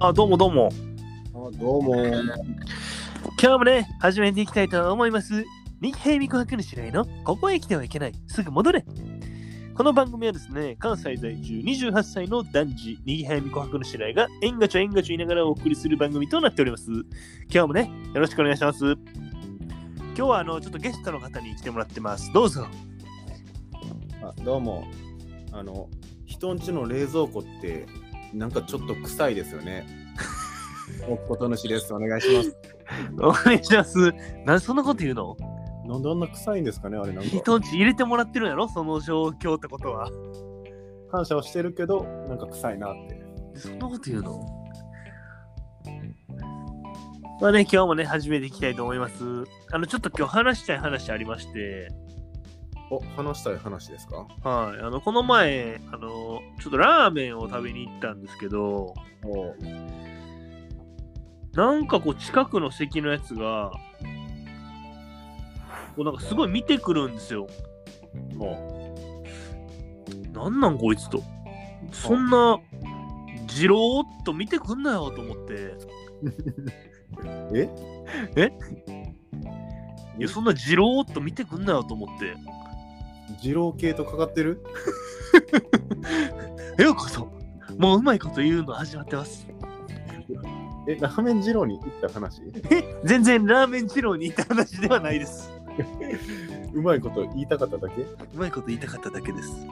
あ、どうもどうも。どうも。今日もね、始めていきたいと思います。日平美子博の知り合いの、ここへ来てはいけない、すぐ戻れ。この番組はですね、関西在住28歳の男児、日平美子博の知り合いが、縁がちょ縁がちょ言いながらお送りする番組となっております。今日もね、よろしくお願いします。今日はあの、ちょっとゲストの方に来てもらってます。どうぞ。あどうも。あの、人んちの冷蔵庫って、なんかちょっと臭いですよね。おことぬしです。お願いします。お願いします。なんでそんなこと言うのなんであんな臭いんですかね、あれなんか。人んち入れてもらってるんやろその状況ってことは。感謝はしてるけど、なんか臭いなって。そんなこと言うのまあね、今日もね、始めていきたいと思います。あの、ちょっと今日話したい話ありまして、お、話したい話ですかはい、あの、この前、あの、ちょっとラーメンを食べに行ったんですけど、おなんかこう、近くの席のやつが、こう、なんかすごい見てくるんですよ。おなんなんこいつと。そんな、じろーっと見てくんなよと思 って。えいや、そんなじろーっと見てくんなよと思って。二郎系とかかってるようこそもううまいこと言うの始まってますえ、ラーメン二郎に行った話全然ラーメン二郎にいた話ではないですうまいこと言いたかっただけうまいこと言いたかっただけです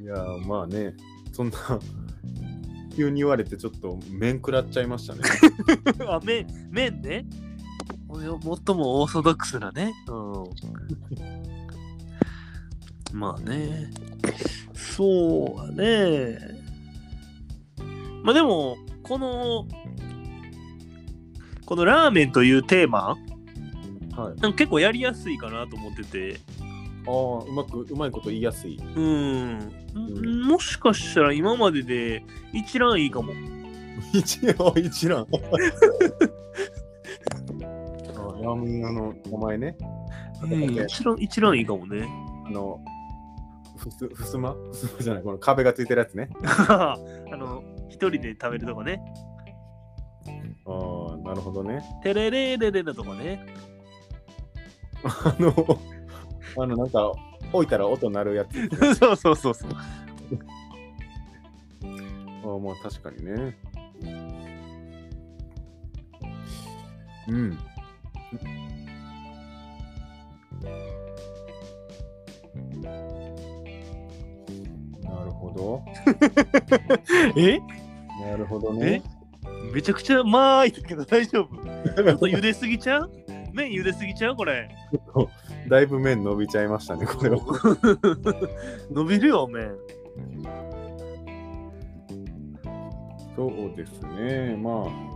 いやー、まあね、そんな。急に言われてちょっと面食らっちゃいまし たね。あ麺麺ねこれを最もオーソドックスなねうんまあねそうはねまあでもこのこのラーメンというテーマはい。なんか結構やりやすいかなと思っててああ、うまく、うまいこと言いやすい。う。うんんもしかしたら今までで一覧いいかも。 一応一覧。あラーメン屋の名前ね。うん、一覧一覧いいかもね。 あの、ふす、ふすまふすまじゃない、この壁がついてるやつね。あの、一人で食べるとこね。ああ、なるほどね。テレレレレのとこね。あの、あの、なんか、置いたら音鳴るやつ。 そうそうそうそう。ああ、まあ確かにね。うん。なるほど。えなるほどね。めちゃくちゃまあいいけど大丈 夫。ちょっと茹ですぎちゃう麺茹ですぎちゃうこれ。だいぶ麺伸びちゃいましたね、これは。伸びるよ、麺。そうですね、まあ。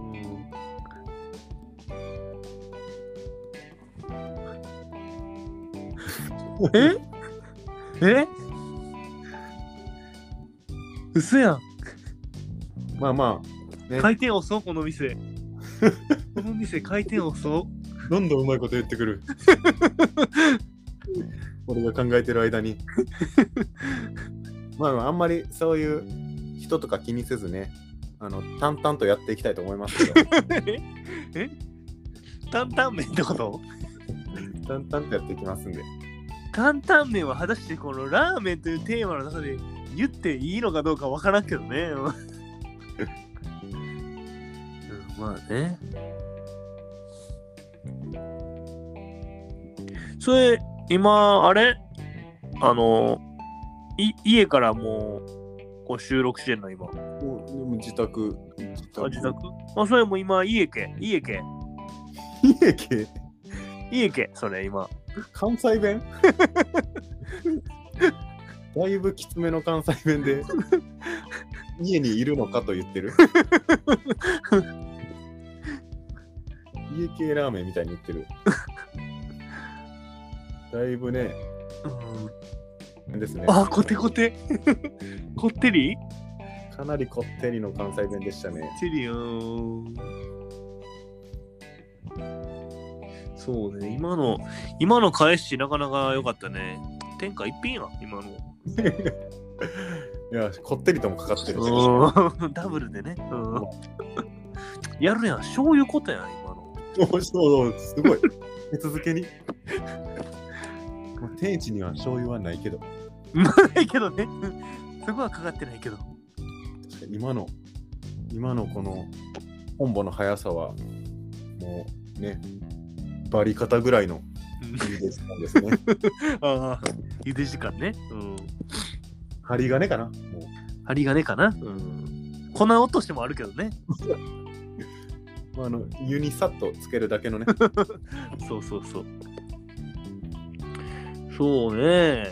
ええ嘘やんまあまね回転遅この店この店回転遅あ、どんどんうまいこと言ってく る。俺が考えてる間 に。まあまあ、あんまりそういう人とか気にせずね、あの、淡々とやっていきたいと思いますけど、 ええ担々麺ってこと淡々とやっていきますんで。担々麺は果たしてこのラーメンというテーマの中で言っていいのかどうかわからんけどねうんまあねそれ今あれあのい家からもうこう収録してんの今おでも自宅、自あ自 宅あそれもう今家家家家家系家家それ今関西弁 だいぶきつめの関西弁で家にいるのかと言って る家系ラーメンみたいに言ってるだいぶねうんですねあコテコテこってりかなりこってりの関西弁でしたねチリよそうね今の今の返しなかなか良かったね天下一品や今のいや、こってりともかかってるし。うん ダブルでね。うんうんやるやん、そういうことやん、今の。そうそう、すごい。立て続けに。 もう天一には醤油はないけど、ないけどね。そこはかかってないけど。確かに今の、今のこの、本母の速さは、もうね、バリ方ぐらいのゆで時間ですね。ああ、ゆで時間ね。うん。針金かなもう針金かな。うん。粉落としてもあるけどね。まあ、あの湯にさっとつけるだけのねそうそうそう。そうね。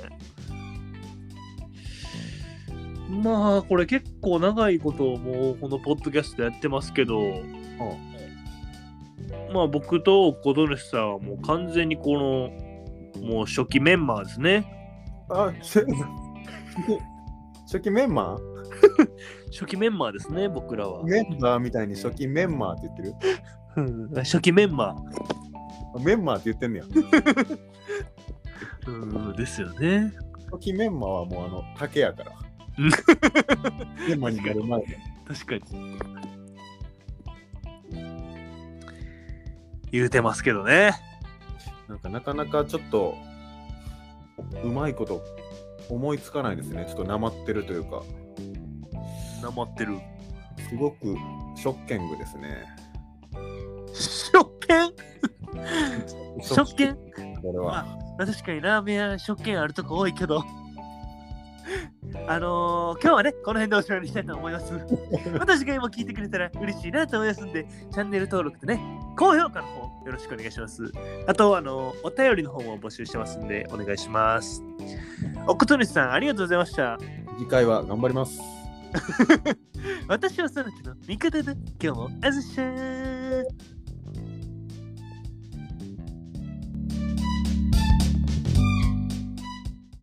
まあ、これ結構長いことをもうこのポッドキャストやってますけど、まあ僕と小鳥さんはもう完全にこの、もう初期メンバーですね。あ初期メンマー初期メンバーですね、僕らは。メンバーみたいに初期メンマーって言ってるうん初期メンバあメンマーって言ってんねやーうんですよね。初期メンマーはもうあの竹やからうんメンマーになる前で確かに。言うてますけどね。なんかなかなかちょっとうまいこと思いつかないですねちょっとなまってるというかなまってる。すごくショッキングですね食券食券これは確かにラーメン屋食券あるとこ多いけど。 あのー、今日はね、この辺でおしまいにしたいと思い ます。私が今聞いてくれたら嬉しいなと思いますんで、チャンネル登録とね、高評価の方よろしくお願いします。あと、あのーお便りの方も募集してますんで、お願いします。おことにしさん、ありがとうございました。次回は頑張ります私はそなたの味方だ。今日もあずっしゃー。